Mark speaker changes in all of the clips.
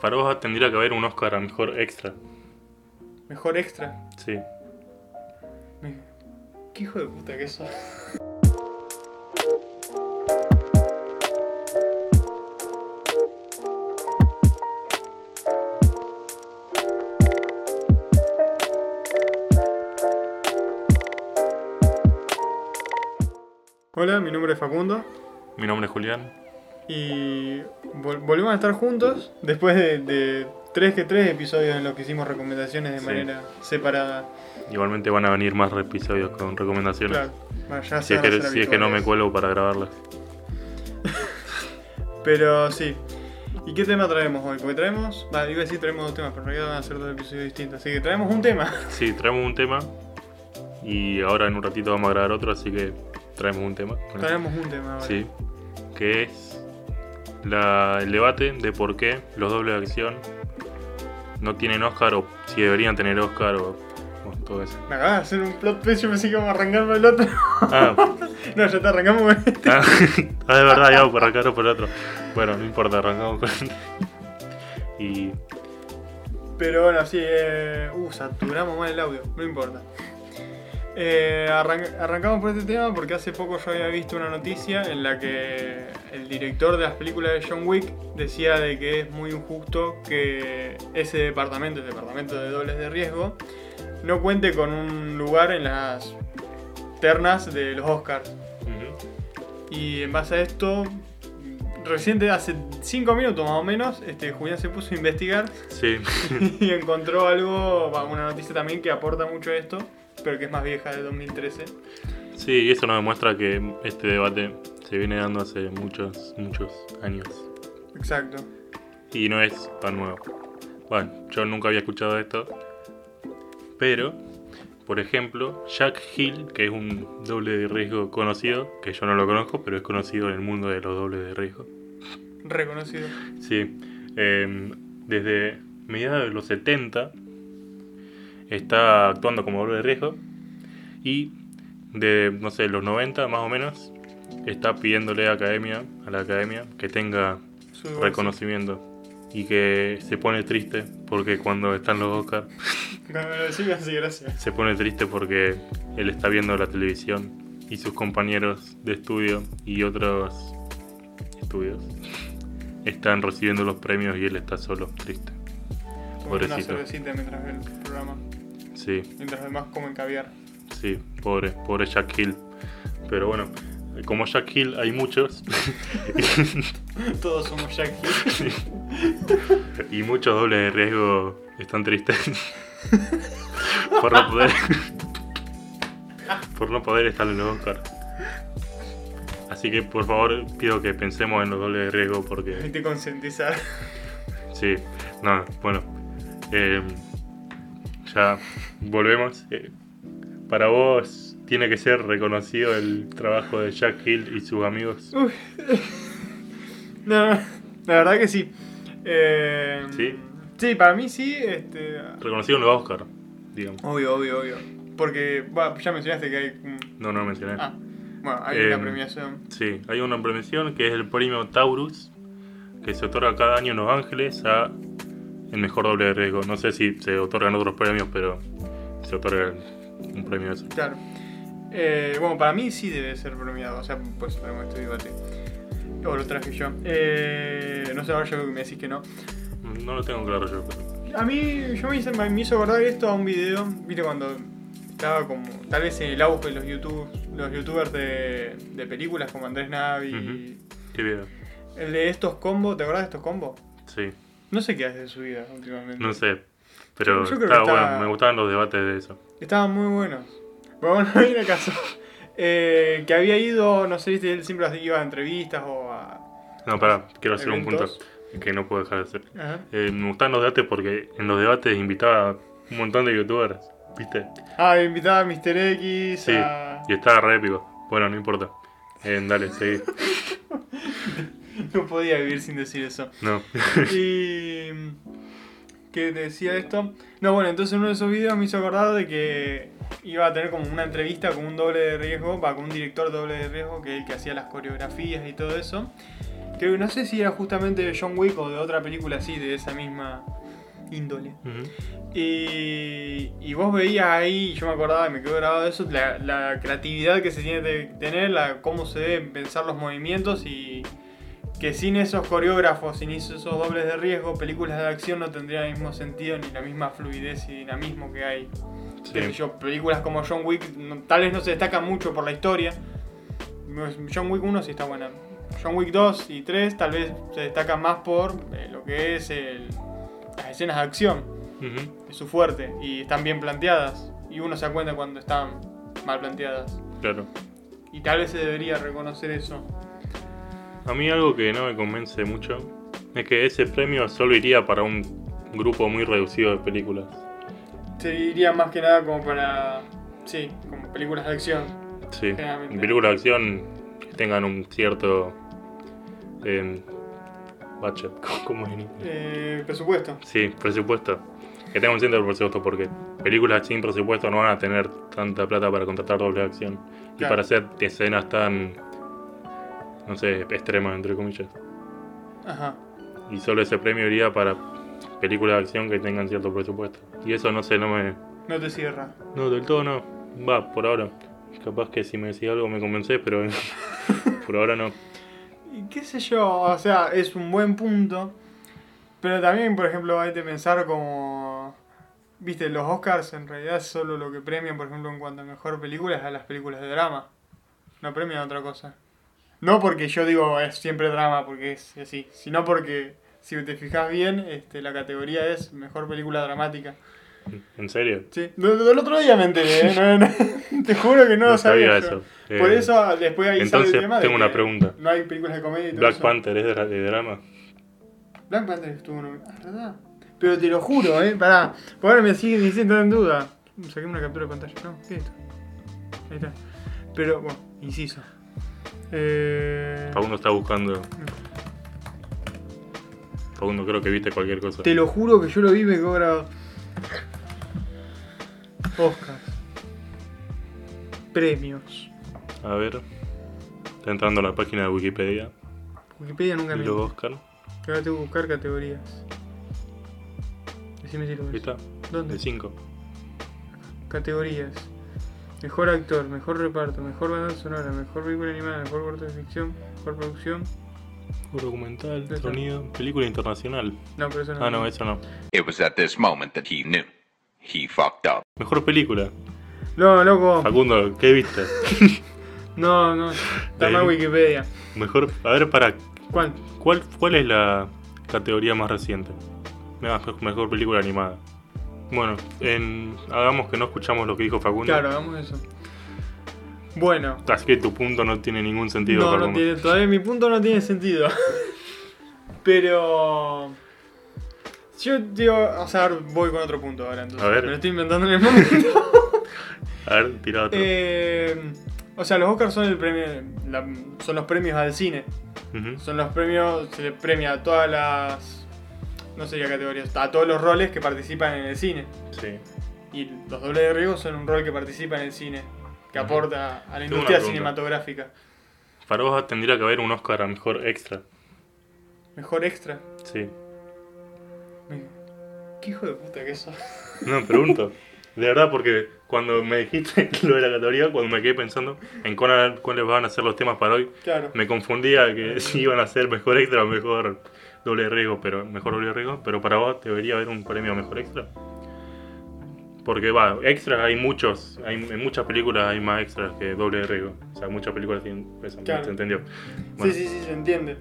Speaker 1: Para vos tendría que haber un Oscar a mejor extra.
Speaker 2: Mejor extra.
Speaker 1: Sí.
Speaker 2: Me- Qué hijo de puta que sos. Hola, mi nombre es Facundo
Speaker 1: Mi nombre es Julián.
Speaker 2: y vol- volvemos a estar juntos después de, de tres que tres episodios en los que hicimos recomendaciones de
Speaker 1: Sí.
Speaker 2: manera separada.
Speaker 1: Igualmente van a venir más episodios con recomendaciones.
Speaker 2: Claro, bueno, ya
Speaker 1: Si
Speaker 2: se
Speaker 1: es,
Speaker 2: van a
Speaker 1: que,
Speaker 2: hacer
Speaker 1: si es que no me
Speaker 2: habituales.
Speaker 1: cuelgo para grabarlas.
Speaker 2: Pero sí. ¿Y qué tema traemos hoy? Porque traemos. Va, iba a decir traemos dos temas, pero en realidad van a ser dos episodios distintos. Así que traemos un tema.
Speaker 1: Sí, traemos un tema. Y ahora en un ratito vamos a grabar otro, así que traemos un tema. con eso.
Speaker 2: traemos un tema ahora.
Speaker 1: Sí. Que es la- el debate de por qué los dobles de acción no tienen Oscar o si deberían tener Oscar o, o todo eso.
Speaker 2: Me acabas de hacer un plot twist, yo pensé que íbamos a arrancar por el otro.
Speaker 1: Ah,
Speaker 2: No, ya te arrancamos con este.
Speaker 1: ah, ah, de verdad, ya por arrancar o por otro. Bueno, no importa, arrancamos con. Y
Speaker 2: Pero bueno, sí, eh... Uh, saturamos mal el audio, no importa. Eh, arran- arrancamos por este tema porque hace poco yo había visto una noticia en la que el director de las películas de John Wick decía de que es muy injusto que ese departamento, el departamento de dobles de riesgo, no cuente con un lugar en las ternas de los Oscars.
Speaker 1: ujú,
Speaker 2: Y en base a esto, reciente, hace 5 minutos más o menos, este, Julián se puso a investigar
Speaker 1: sí,
Speaker 2: y encontró algo, va, una noticia también que aporta mucho a esto, pero que es más vieja, de 2013.
Speaker 1: sí, y eso nos demuestra que este debate se viene dando hace muchos, muchos años.
Speaker 2: Exacto.
Speaker 1: Y no es tan nuevo. Bueno, yo nunca había escuchado esto. Pero, por ejemplo, Jack Hill, que es un doble de riesgo conocido, que yo no lo conozco, pero es conocido en el mundo de los dobles de riesgo.
Speaker 2: Reconocido.
Speaker 1: Sí, eh, desde mediados de los 70 está actuando como doble de riesgo y de, no sé, los 90 más o menos está pidiéndole a, academia, a la academia que tenga
Speaker 2: Su bolsa.
Speaker 1: reconocimiento y que se pone triste porque cuando están los Oscars
Speaker 2: Cuando lo decías, sí, gracias.
Speaker 1: se pone triste porque él está viendo la televisión y sus compañeros de estudio y otros estudios están recibiendo los premios y él está solo, triste.
Speaker 2: Con Una
Speaker 1: Pobrecito.
Speaker 2: cervecita mientras ve el programa,
Speaker 1: Sí,
Speaker 2: mientras los demás comen caviar.
Speaker 1: sí, pobre, pobre Jack Hill. Pero bueno, como Jack Hill hay muchos
Speaker 2: Todos somos Jack Hill.
Speaker 1: y muchos dobles de riesgo están tristes por no poder por no poder estar en los Oscars. Así que por favor pido que pensemos en los dobles de riesgo porque
Speaker 2: Y te concientizar.
Speaker 1: Sí, no, bueno. eh, ya volvemos. Eh, para vos tiene que ser reconocido el trabajo de Jack Hill y sus amigos.
Speaker 2: Uf. No, no, la verdad que sí. Eh,
Speaker 1: ¿Sí?
Speaker 2: Sí, para mí sí. Este,
Speaker 1: Reconocido en los Oscar, digamos.
Speaker 2: obvio, obvio, obvio. Porque bah, ya mencionaste que hay. un-
Speaker 1: No, no lo mencioné.
Speaker 2: Ah, bueno, hay
Speaker 1: Em,
Speaker 2: una premiación.
Speaker 1: Sí, hay una premiación que es el premio Taurus, que se otorga cada año en Los Ángeles a el mejor doble de riesgo. No sé si se otorgan otros premios, pero se otorga un premio de eso.
Speaker 2: Claro. Eh, bueno, para mí sí debe ser premiado, o sea, pues tenemos este debate. O lo traje yo. Eh, no sé, ahora yo veo que me decís que no.
Speaker 1: No lo tengo claro yo, pero.
Speaker 2: A mí, yo me hice- me hizo, acordar esto a un video, viste, cuando estaba como, tal vez en el auge de los, YouTube, los youtubers de, de películas como Andrés Navi,
Speaker 1: Qué bien.
Speaker 2: el de estos combos, ¿te acordás de estos combos?
Speaker 1: Sí.
Speaker 2: No sé qué hace de su vida últimamente.
Speaker 1: No sé. Pero
Speaker 2: Yo creo que
Speaker 1: estaba
Speaker 2: está-
Speaker 1: bueno, me gustaban los debates de eso.
Speaker 2: Estaban muy buenos. Bueno, no viene el caso. Eh, que había ido, no sé, viste, él siempre iba a entrevistas o a,
Speaker 1: No, pará, quiero hacer
Speaker 2: Eventos.
Speaker 1: un punto que no puedo dejar de hacer.
Speaker 2: Ajá.
Speaker 1: Eh, me gustaban los debates porque en los debates invitaba un montón de youtubers, ¿viste?
Speaker 2: Ah, invitaba a Mr. X.
Speaker 1: Sí,
Speaker 2: a-
Speaker 1: y estaba re épico. Bueno, no importa. Eh, dale, seguí.
Speaker 2: No podía vivir sin decir eso.
Speaker 1: No.
Speaker 2: Y. que decía esto. No, bueno, entonces uno de esos videos me hizo acordar de que iba a tener como una entrevista con un doble de riesgo, va, con un director doble de riesgo, que es el que hacía las coreografías y todo eso. Que no sé si era justamente de John Wick o de otra película así, de esa misma índole.
Speaker 1: Ujú.
Speaker 2: Y, y vos veías ahí, y yo me acordaba y me quedó grabado eso, la, la creatividad que se tiene que tener, la, cómo se deben pensar los movimientos y que sin esos coreógrafos, sin esos dobles de riesgo, películas de acción no tendrían el mismo sentido ni la misma fluidez y dinamismo que hay. Qué sé
Speaker 1: Sí.
Speaker 2: yo, películas como John Wick no- tal vez no se destacan mucho por la historia. John Wick 1 sí está buena. John Wick 2 y 3 tal vez se destacan más por eh, lo que es el- las escenas de acción
Speaker 1: Ujú,
Speaker 2: es su fuerte y están bien planteadas y uno se da cuenta cuando están mal planteadas
Speaker 1: Claro.
Speaker 2: y tal vez se debería reconocer eso
Speaker 1: A mí algo que no me convence mucho es que ese premio solo iría para un grupo muy reducido de películas.
Speaker 2: se diría más que nada como para sí como películas de acción
Speaker 1: Sí.
Speaker 2: Claramente.
Speaker 1: Películas de acción que tengan un cierto eh, budget, ¿cómo es en inglés?
Speaker 2: Eh, presupuesto
Speaker 1: Sí, presupuesto. Que tengan un centro de presupuesto porque películas sin presupuesto no van a tener tanta plata para contratar doble de acción. Y
Speaker 2: Claro.
Speaker 1: para hacer escenas tan, no sé, extremas, entre comillas.
Speaker 2: ajá
Speaker 1: Y solo ese premio iría para películas de acción que tengan cierto presupuesto. Y eso no sé, no me...
Speaker 2: no te cierra
Speaker 1: No, del todo no. Va, por ahora. Capaz que si me decía algo me convencés, pero por ahora no.
Speaker 2: y qué sé yo o sea es un buen punto pero también por ejemplo hay que pensar como viste los Oscars en realidad solo lo que premian por ejemplo en cuanto a mejor película es a las películas de drama No premian otra cosa. No porque yo digo es siempre drama, porque es así, sino porque si te fijas bien, este, la categoría es mejor película dramática.
Speaker 1: ¿En serio?
Speaker 2: Sí. Del, del otro día me enteré, ¿eh? No- no- te juro que no, lo sabía. yo.
Speaker 1: Eh,
Speaker 2: Por eso después ahí
Speaker 1: entonces
Speaker 2: sale el tema de
Speaker 1: tengo una
Speaker 2: que
Speaker 1: pregunta.
Speaker 2: No hay películas de comedia y todo
Speaker 1: Black
Speaker 2: eso.
Speaker 1: Panther es de, ra- de drama.
Speaker 2: Black Panther estuvo nominada, ah, ¿verdad? Pero te lo juro, eh, pará. Por ahora me siguen diciendo en duda. Saqué una captura de pantalla. No, ¿qué es esto? Ahí está. Pero, bueno, inciso. Eh...
Speaker 1: Facundo está buscando.
Speaker 2: Mm.
Speaker 1: Facundo, creo que viste cualquier cosa.
Speaker 2: Te lo juro que yo lo vi y me quedó grabado. Oscars. Premios.
Speaker 1: A ver. Está entrando a la página de Wikipedia.
Speaker 2: Wikipedia nunca
Speaker 1: Y
Speaker 2: me.
Speaker 1: los Oscar.
Speaker 2: Que ahora tengo que buscar categorías. Decime si lo
Speaker 1: Ahí
Speaker 2: ves.
Speaker 1: está.
Speaker 2: ¿Dónde?
Speaker 1: De 5.
Speaker 2: Categorías. Mejor actor, mejor reparto, mejor banda sonora, mejor película animada, mejor corto de ficción, mejor producción.
Speaker 1: Documental,
Speaker 2: está.
Speaker 1: sonido, película internacional.
Speaker 2: No, pero eso no.
Speaker 1: Ah, no, eso no.
Speaker 3: It was at this moment that he knew he fucked up.
Speaker 1: Mejor película.
Speaker 2: No, loco.
Speaker 1: Facundo, ¿qué viste?
Speaker 2: No, no. Está
Speaker 1: Del-
Speaker 2: mal Wikipedia.
Speaker 1: Mejor. A ver, para.
Speaker 2: ¿Cuál?
Speaker 1: ¿Cuál, cuál es la categoría más reciente? Ah, me- mejor película animada. Bueno, en- hagamos que no escuchamos lo que dijo Facundo.
Speaker 2: Claro, hagamos eso. Bueno.
Speaker 1: Así que tu punto no tiene ningún sentido,
Speaker 2: No, no
Speaker 1: Facundo.
Speaker 2: tiene, todavía mi punto no tiene sentido. Pero. Yo digo, o sea, ahora voy con otro punto ahora entonces.
Speaker 1: A ver.
Speaker 2: Me lo estoy inventando en el momento.
Speaker 1: A ver, tira otro.
Speaker 2: Eh, o sea, los Oscars son el premio. la- son los premios al cine.
Speaker 1: Ujú.
Speaker 2: Son los premios. Se le premia a todas las. No sería categorías. A todos los roles que participan en el cine.
Speaker 1: Sí.
Speaker 2: Y los dobles de riesgo son un rol que participa en el cine. Que
Speaker 1: Ujú.
Speaker 2: aporta a la
Speaker 1: Tengo una
Speaker 2: industria
Speaker 1: pregunta.
Speaker 2: cinematográfica.
Speaker 1: Para vos tendría que haber un Oscar a mejor extra.
Speaker 2: Mejor extra.
Speaker 1: Sí.
Speaker 2: Me- Qué hijo de puta que sos.
Speaker 1: No, pregunto. De verdad, porque cuando me dijiste lo de la categoría, cuando me quedé pensando en cuál- cuáles van a ser los temas para hoy,
Speaker 2: Claro.
Speaker 1: me confundía que si iban a ser mejor extra o mejor doble riesgo, pero mejor doble riesgo, pero para vos debería haber un premio a mejor extra. Porque va, extras hay muchos, hay, en muchas películas hay más extras que doble riesgo. O sea, muchas películas tienen eso,
Speaker 2: Claro.
Speaker 1: ¿se entendió? Bueno,
Speaker 2: Sí, sí, sí, se entiende.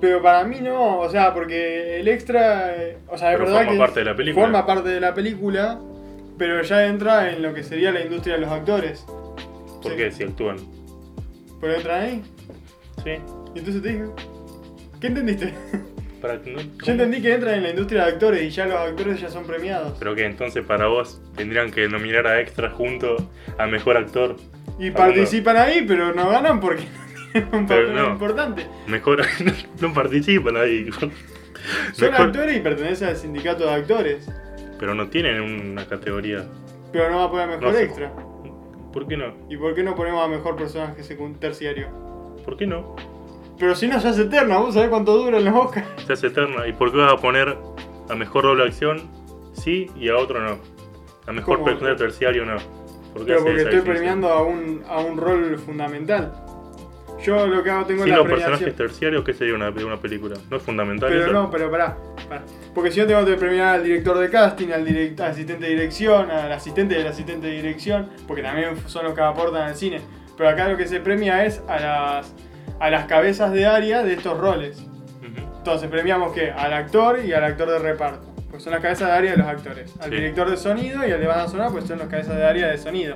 Speaker 2: Pero para mí no, o sea, porque el extra, eh, o sea, es
Speaker 1: Pero
Speaker 2: verdad
Speaker 1: forma
Speaker 2: que
Speaker 1: parte de la película.
Speaker 2: forma parte de la película, pero ya entra en lo que sería la industria de los actores.
Speaker 1: ¿por
Speaker 2: Sí.
Speaker 1: qué si actúan?
Speaker 2: Pero entran ahí.
Speaker 1: Sí,
Speaker 2: Y entonces te dije, ¿qué entendiste?
Speaker 1: para que no.
Speaker 2: Yo entendí que entran en la industria de actores y ya los actores ya son premiados.
Speaker 1: Pero que entonces para vos tendrían que nominar a extra junto a mejor actor.
Speaker 2: y
Speaker 1: Facundo.
Speaker 2: participan ahí, pero no ganan porque no tienen un
Speaker 1: Pero
Speaker 2: papel
Speaker 1: no.
Speaker 2: importante.
Speaker 1: Mejor no participan ahí.
Speaker 2: Son
Speaker 1: Mejor-
Speaker 2: actores y pertenecen al sindicato de actores.
Speaker 1: Pero no tienen una categoría.
Speaker 2: Pero no va a poner mejor
Speaker 1: No sé.
Speaker 2: extra.
Speaker 1: ¿Por qué no?
Speaker 2: ¿Y por qué no ponemos a mejor personaje secund- terciario?
Speaker 1: ¿Por qué no?
Speaker 2: Pero si no se hace eterna, vos sabés cuánto duran los Oscars.
Speaker 1: Se hace eterna. ¿Y por qué vas a poner a mejor doble acción sí y a otro no? A mejor
Speaker 2: ¿Cómo
Speaker 1: personaje
Speaker 2: otro?
Speaker 1: terciario no. ¿Por qué haces
Speaker 2: Pero porque
Speaker 1: esa
Speaker 2: estoy
Speaker 1: distinción?
Speaker 2: premiando a un, a un rol fundamental. Yo lo que hago tengo
Speaker 1: Sin
Speaker 2: la
Speaker 1: los
Speaker 2: premiación.
Speaker 1: personajes terciarios, ¿qué sería una, una película? No es fundamental
Speaker 2: Pero
Speaker 1: eso.
Speaker 2: no, pero pará, pará. Porque si no tengo que premiar al director de casting, al direct- al asistente de dirección, al asistente del asistente de dirección, porque también son los que aportan al cine. Pero acá lo que se premia es a las, a las cabezas de área de estos roles.
Speaker 1: Ujú.
Speaker 2: Entonces premiamos que al actor y al actor de reparto, pues son las cabezas de área de los actores. Al
Speaker 1: Sí.
Speaker 2: director de sonido y al de banda sonora, pues son las cabezas de área de sonido.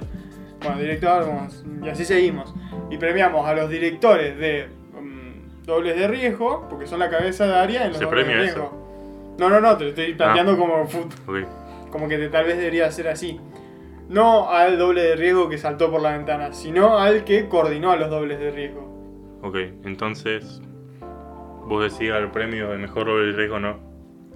Speaker 2: Bueno, director, vamos, y así seguimos. Y premiamos a los directores de mm, dobles de riesgo, porque son la cabeza de área en los
Speaker 1: ¿Se
Speaker 2: dobles
Speaker 1: premia
Speaker 2: de
Speaker 1: eso?
Speaker 2: riesgo. No, no, no, te lo estoy planteando
Speaker 1: Ah.
Speaker 2: como, fut-
Speaker 1: Ok.
Speaker 2: como que te- tal vez debería ser así. No al doble de riesgo que saltó por la ventana, sino al que coordinó a los dobles de riesgo.
Speaker 1: Ok, entonces vos decís al premio de mejor doble riesgo no.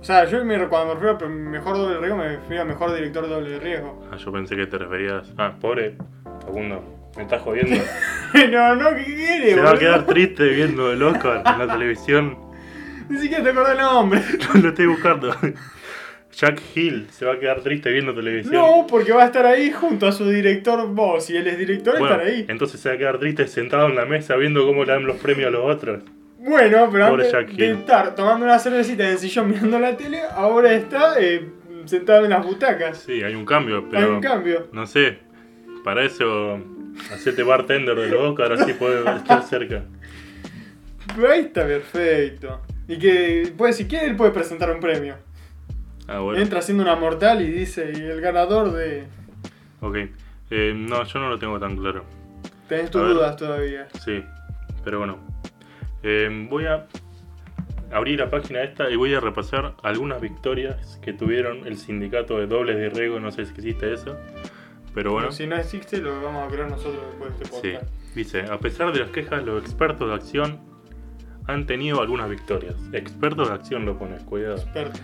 Speaker 2: O sea, yo me- cuando me refiero a mejor doble de riesgo, me refiero a mejor director de doble de riesgo.
Speaker 1: Ah, yo pensé que te referías. Ah, pobre Facundo, me estás jodiendo.
Speaker 2: no, no, ¿qué quiere,
Speaker 1: Se va a
Speaker 2: boludo?
Speaker 1: quedar triste viendo el Oscar en la televisión.
Speaker 2: Ni siquiera te acordás el nombre.
Speaker 1: No lo estoy buscando. Jack Hill se va a quedar triste viendo televisión.
Speaker 2: No, porque va a estar ahí junto a su director vos. Si él es director,
Speaker 1: Bueno,
Speaker 2: estará ahí.
Speaker 1: entonces se va a quedar triste sentado en la mesa viendo cómo le dan los premios a los otros.
Speaker 2: Bueno, pero
Speaker 1: Pobre
Speaker 2: antes
Speaker 1: Jack
Speaker 2: de
Speaker 1: Hill.
Speaker 2: estar tomando una cervecita en el sillón mirando la tele, ahora está eh, sentado en las butacas.
Speaker 1: Sí, hay un cambio, pero.
Speaker 2: Hay un cambio.
Speaker 1: No sé, para eso hacete bartender de los Oscars, así puedes estar cerca.
Speaker 2: Pero ahí está perfecto. Y que, pues, si quiere, él puede presentar un premio.
Speaker 1: Ah, bueno.
Speaker 2: Entra haciendo una mortal y dice, y el ganador de...
Speaker 1: Ok. Eh, no, yo no lo tengo tan claro.
Speaker 2: Tenés tus
Speaker 1: A ver.
Speaker 2: dudas todavía.
Speaker 1: Sí, pero bueno. Eh, voy a abrir la página esta y voy a repasar algunas victorias que tuvieron el sindicato de dobles de riesgo. No sé si existe eso. Pero bueno.
Speaker 2: Si no existe, lo vamos a crear nosotros después de este
Speaker 1: Sí.
Speaker 2: podcast.
Speaker 1: Dice, a pesar de las quejas, los expertos de acción han tenido algunas victorias. Expertos de acción lo pones, cuidado.
Speaker 2: Expertos.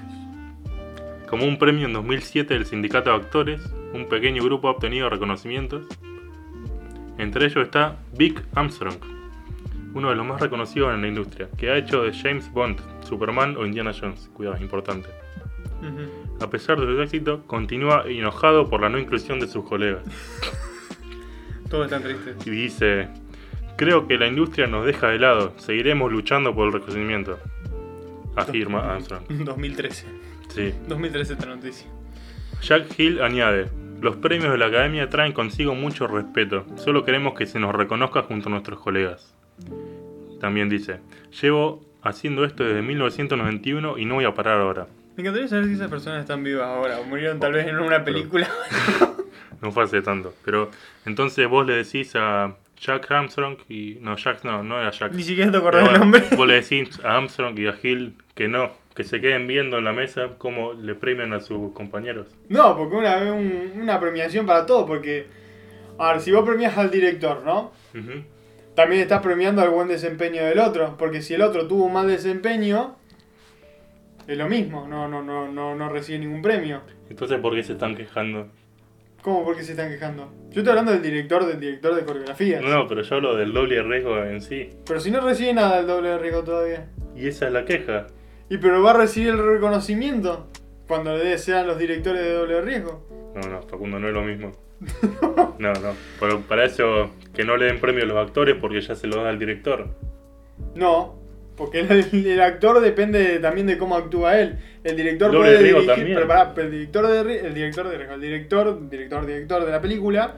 Speaker 1: Como un premio en 2007 del Sindicato de Actores, un pequeño grupo ha obtenido reconocimientos. Entre ellos está Vic Armstrong, uno de los más reconocidos en la industria, que ha hecho de James Bond, Superman o Indiana Jones. Cuidado, es importante.
Speaker 2: Ujú.
Speaker 1: A pesar de su éxito, continúa enojado por la no inclusión de sus colegas.
Speaker 2: Todos están tristes.
Speaker 1: Y dice, creo que la industria nos deja de lado, seguiremos luchando por el reconocimiento. Afirma Armstrong.
Speaker 2: 2013.
Speaker 1: Sí.
Speaker 2: 2013 esta noticia.
Speaker 1: Jack Hill añade, los premios de la academia traen consigo mucho respeto, solo queremos que se nos reconozca junto a nuestros colegas. También dice, llevo haciendo esto desde 1991 y no voy a parar ahora.
Speaker 2: Me encantaría saber si esas personas están vivas ahora o murieron tal vez en una película.
Speaker 1: No fue hace tanto, pero entonces vos le decís a Jack Armstrong y... No, Jack no, no era Jack.
Speaker 2: Ni siquiera te
Speaker 1: Pero
Speaker 2: acordás el
Speaker 1: bueno,
Speaker 2: nombre.
Speaker 1: Vos le decís a Armstrong y a Hill que no, que se queden viendo en la mesa cómo le premian a sus compañeros.
Speaker 2: No, porque una vez un- una premiación para todo, porque... A ver, si vos premias al director, ¿no?
Speaker 1: Ujú.
Speaker 2: También estás premiando al buen desempeño del otro, porque si el otro tuvo un mal desempeño, es lo mismo, no, no, no, no, no recibe ningún premio.
Speaker 1: Entonces, ¿por qué se están quejando?
Speaker 2: ¿Cómo? ¿Por qué se están quejando? Yo estoy hablando del director, del director de coreografías.
Speaker 1: No, pero yo hablo del doble riesgo en sí.
Speaker 2: Pero si no recibe nada el doble de riesgo todavía.
Speaker 1: Y esa es la queja.
Speaker 2: Y pero va a recibir el reconocimiento cuando le sean los directores de doble de riesgo.
Speaker 1: No, no, Facundo, no es lo mismo. No, no. Pero para eso, que no le den premio a los actores porque ya se lo da al director.
Speaker 2: No, porque el, el actor depende de- también de cómo actúa él. El director
Speaker 1: Doble
Speaker 2: puede
Speaker 1: de riesgo
Speaker 2: dirigir,
Speaker 1: también.
Speaker 2: pero pará, pero el director de ri- el director de riesgo, el director, director, director de la película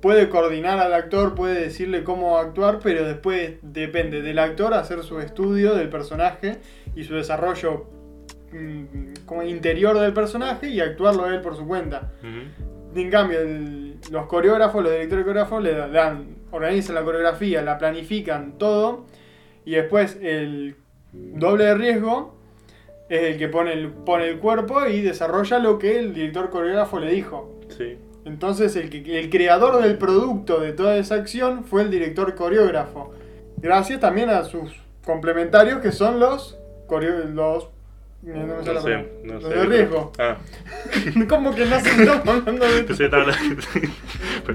Speaker 2: puede coordinar al actor, puede decirle cómo actuar, pero después depende del actor hacer su estudio del personaje y su desarrollo mm, como interior del personaje y actuarlo él por su cuenta. En cambio, el- los coreógrafos, los directores coreógrafos le dan, organizan la coreografía, la planifican todo. Y después el doble de riesgo es el que pone el, pone el cuerpo y desarrolla lo que el director coreógrafo le dijo.
Speaker 1: Sí.
Speaker 2: Entonces el, que- el creador del producto de toda esa acción fue el director coreógrafo. Gracias también a sus complementarios que son los, coreo- los No, no me sale
Speaker 1: No
Speaker 2: la
Speaker 1: sé,
Speaker 2: palabra.
Speaker 1: no
Speaker 2: Los
Speaker 1: sé.
Speaker 2: de riesgo.
Speaker 1: Ah,
Speaker 2: ¿Cómo que no se estamos hablando de
Speaker 1: pensé que estaba hablando- pensé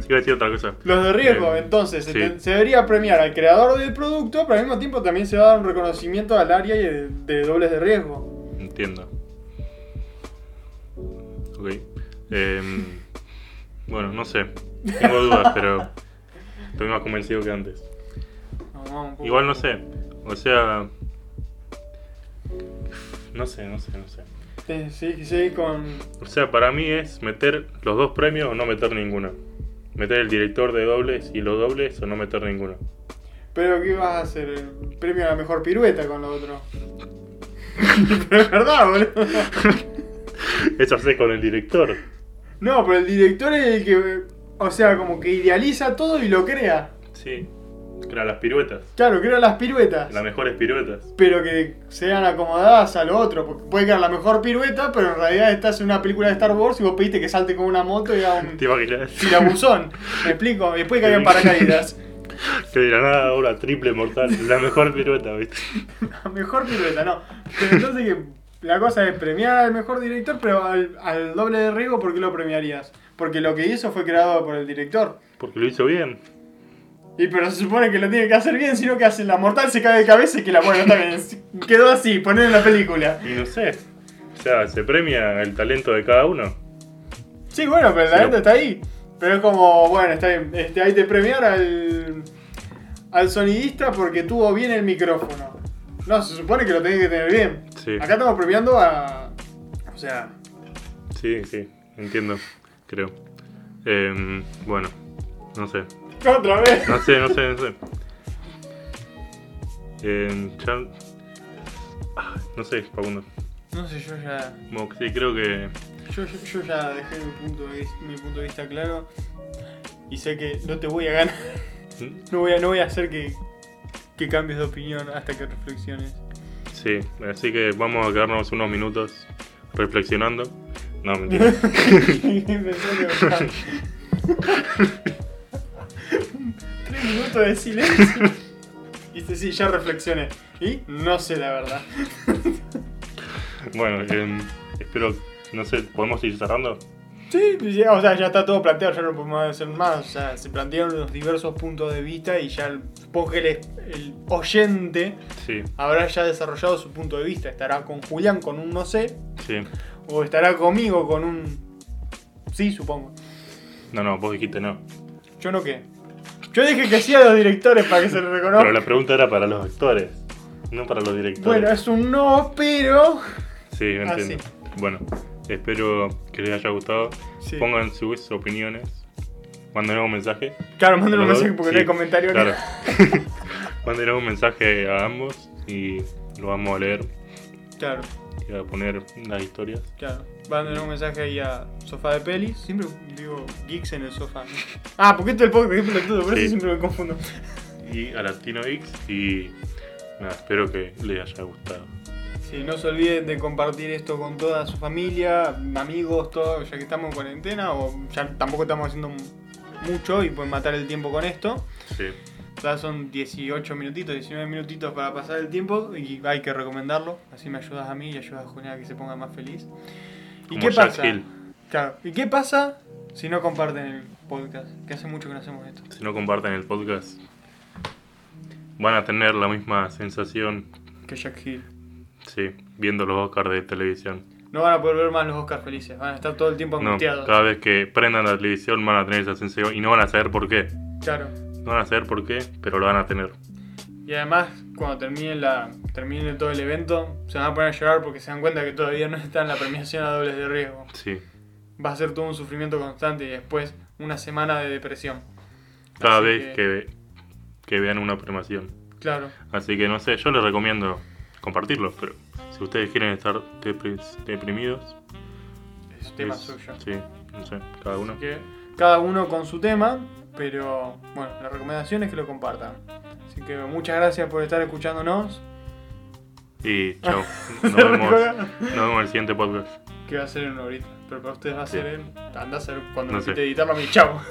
Speaker 1: que iba a decir otra cosa.
Speaker 2: Los de riesgo,
Speaker 1: Eh,
Speaker 2: entonces, se,
Speaker 1: sí.
Speaker 2: te- se debería premiar al creador del producto, pero al mismo tiempo también se va a dar un reconocimiento al área de, de dobles de riesgo.
Speaker 1: Entiendo. Ok. Em, bueno, no sé. Tengo dudas, pero estoy más convencido que antes.
Speaker 2: Nos vamos un poco.
Speaker 1: Igual no sé. O sea... No sé, no sé, no sé.
Speaker 2: Sí, este, sí, sí, con.
Speaker 1: O sea, para mí es meter los dos premios o no meter ninguno. Meter el director de dobles y los dobles o no meter ninguno.
Speaker 2: Pero ¿qué vas a hacer? ¿El premio a la mejor pirueta con lo otro? pero es verdad, boludo.
Speaker 1: Eso hace con el director.
Speaker 2: No, pero el director es el que. O sea, como que idealiza todo y lo crea.
Speaker 1: Sí. Claro, las piruetas.
Speaker 2: Claro, crea las piruetas.
Speaker 1: Las mejores piruetas.
Speaker 2: pero que sean acomodadas a lo otro. Porque puede quedar la mejor pirueta, pero en realidad estás en una película de Star Wars y vos pediste que salte con una moto y haga un
Speaker 1: ¿Te imaginas?
Speaker 2: tirabuzón. ¿Me explico? Y después caiga en paracaídas.
Speaker 1: Que dirán, nada, ahora triple mortal. La mejor pirueta, ¿viste?
Speaker 2: La mejor pirueta, no. Pero entonces que la cosa es premiar al mejor director, pero al, al doble de riesgo, ¿por qué lo premiarías? Porque lo que hizo fue creado por el director.
Speaker 1: Porque lo hizo bien.
Speaker 2: Y pero se supone que lo tiene que hacer bien, sino que hace la mortal se cae de cabeza y que la bueno está bien. Quedó así, poner en la película.
Speaker 1: Y no sé. O sea, se premia el talento de cada uno.
Speaker 2: Sí, bueno, pero la
Speaker 1: Sí.
Speaker 2: gente está ahí. Pero es como, bueno, está bien. Este, hay que premiar al, al sonidista porque tuvo bien el micrófono. No, se supone que lo tenés que tener bien.
Speaker 1: Sí.
Speaker 2: Acá estamos premiando a. O sea,
Speaker 1: Sí, sí. Entiendo. Creo. Em, bueno. No sé.
Speaker 2: otra vez.
Speaker 1: No sé, no sé, no sé. Em, ya... Ah, No sé, Facundo.
Speaker 2: No sé, yo ya.
Speaker 1: Bueno, sí, creo que...
Speaker 2: Yo, yo- yo ya dejé mi punto, de, vis- mi punto de vista claro. Y sé que no te voy a ganar. No voy a, no voy a hacer que, que cambies de opinión hasta que reflexiones.
Speaker 1: Sí, así que vamos a quedarnos unos minutos reflexionando. No, mentira.
Speaker 2: Pensó que- Tres minutos de silencio. Y dice, Este sí, ya reflexioné. Y no sé la verdad.
Speaker 1: Bueno, em, espero, no sé, ¿podemos ir cerrando?
Speaker 2: Sí, ya, o sea, ya está todo planteado, ya no podemos hacer más. O sea, se plantearon los diversos puntos de vista y ya el- supongo que el, el oyente
Speaker 1: Sí,
Speaker 2: habrá ya desarrollado su punto de vista. Estará con Julián con un no sé,
Speaker 1: sí.
Speaker 2: o estará conmigo con un sí, supongo.
Speaker 1: No, no, vos dijiste no.
Speaker 2: Yo no qué. Yo dije que sí a los directores para que se lo reconozca.
Speaker 1: Pero la pregunta era para los actores, no para los directores.
Speaker 2: Bueno, ah, es un no, pero.
Speaker 1: sí, entiendo. Bueno, espero que les haya gustado.
Speaker 2: Sí.
Speaker 1: Pongan sus opiniones. Mándenos un mensaje.
Speaker 2: Claro, manden un
Speaker 1: Los dos,
Speaker 2: mensaje porque
Speaker 1: sí,
Speaker 2: no hay comentario.
Speaker 1: Claro. Mándenos un mensaje a ambos y lo vamos a leer
Speaker 2: claro,
Speaker 1: y a poner las historias.
Speaker 2: claro. Manden un mensaje ahí a Sofá de Pelis. Siempre digo geeks en el sofá. ¿no? Ah, porque esto es el podcast, es pelotudo, por
Speaker 1: Sí.
Speaker 2: eso siempre me confundo.
Speaker 1: Y a Latino X y nada, espero que les haya gustado.
Speaker 2: Sí, no se olviden de compartir esto con toda su familia, amigos, todo, ya que estamos en cuarentena o ya tampoco estamos haciendo mucho y pueden matar el tiempo con esto.
Speaker 1: Sí.
Speaker 2: Ya son 18 minutitos, 19 minutitos para pasar el tiempo y hay que recomendarlo. Así me ayudas a mí y ayudas a Julián a que se ponga más feliz. ¿Y
Speaker 1: Como
Speaker 2: qué
Speaker 1: Jack
Speaker 2: pasa?
Speaker 1: Hill.
Speaker 2: Claro, ¿y qué pasa si no comparten el podcast? Que hace mucho que no hacemos esto.
Speaker 1: si no comparten el podcast, van a tener la misma sensación,
Speaker 2: Que Jack Hill.
Speaker 1: sí, viendo los Oscars de televisión.
Speaker 2: No van a poder ver más los Oscars felices, van a estar todo el tiempo
Speaker 1: No,
Speaker 2: angustiados.
Speaker 1: cada vez que prendan la televisión van a tener esa sensación y no van a saber por qué.
Speaker 2: Claro.
Speaker 1: No van a saber por qué, pero lo van a tener.
Speaker 2: Y además, cuando termine, la, termine todo el evento, se van a poner a llorar porque se dan cuenta que todavía no está en la premiación a dobles de riesgo.
Speaker 1: Sí.
Speaker 2: Va a ser todo un sufrimiento constante y después una semana de depresión.
Speaker 1: Cada
Speaker 2: Así
Speaker 1: vez que... que vean una premación.
Speaker 2: Claro.
Speaker 1: Así que no sé, yo les recomiendo compartirlo, pero si ustedes quieren estar depres- deprimidos,
Speaker 2: Es tema
Speaker 1: es-
Speaker 2: suyo.
Speaker 1: Sí, no sé, cada uno.
Speaker 2: Así que cada uno con su tema, pero bueno, la recomendación es que lo compartan. Así que muchas gracias por estar escuchándonos.
Speaker 1: Y chao.
Speaker 2: Se
Speaker 1: Nos vemos.
Speaker 2: rejuega.
Speaker 1: Nos vemos en el siguiente podcast.
Speaker 2: Que va a ser en una horita. Pero para ustedes va a
Speaker 1: Sí.
Speaker 2: ser en. Anda a ser cuando
Speaker 1: No
Speaker 2: me
Speaker 1: sé.
Speaker 2: quite editarlo a mí. Chao.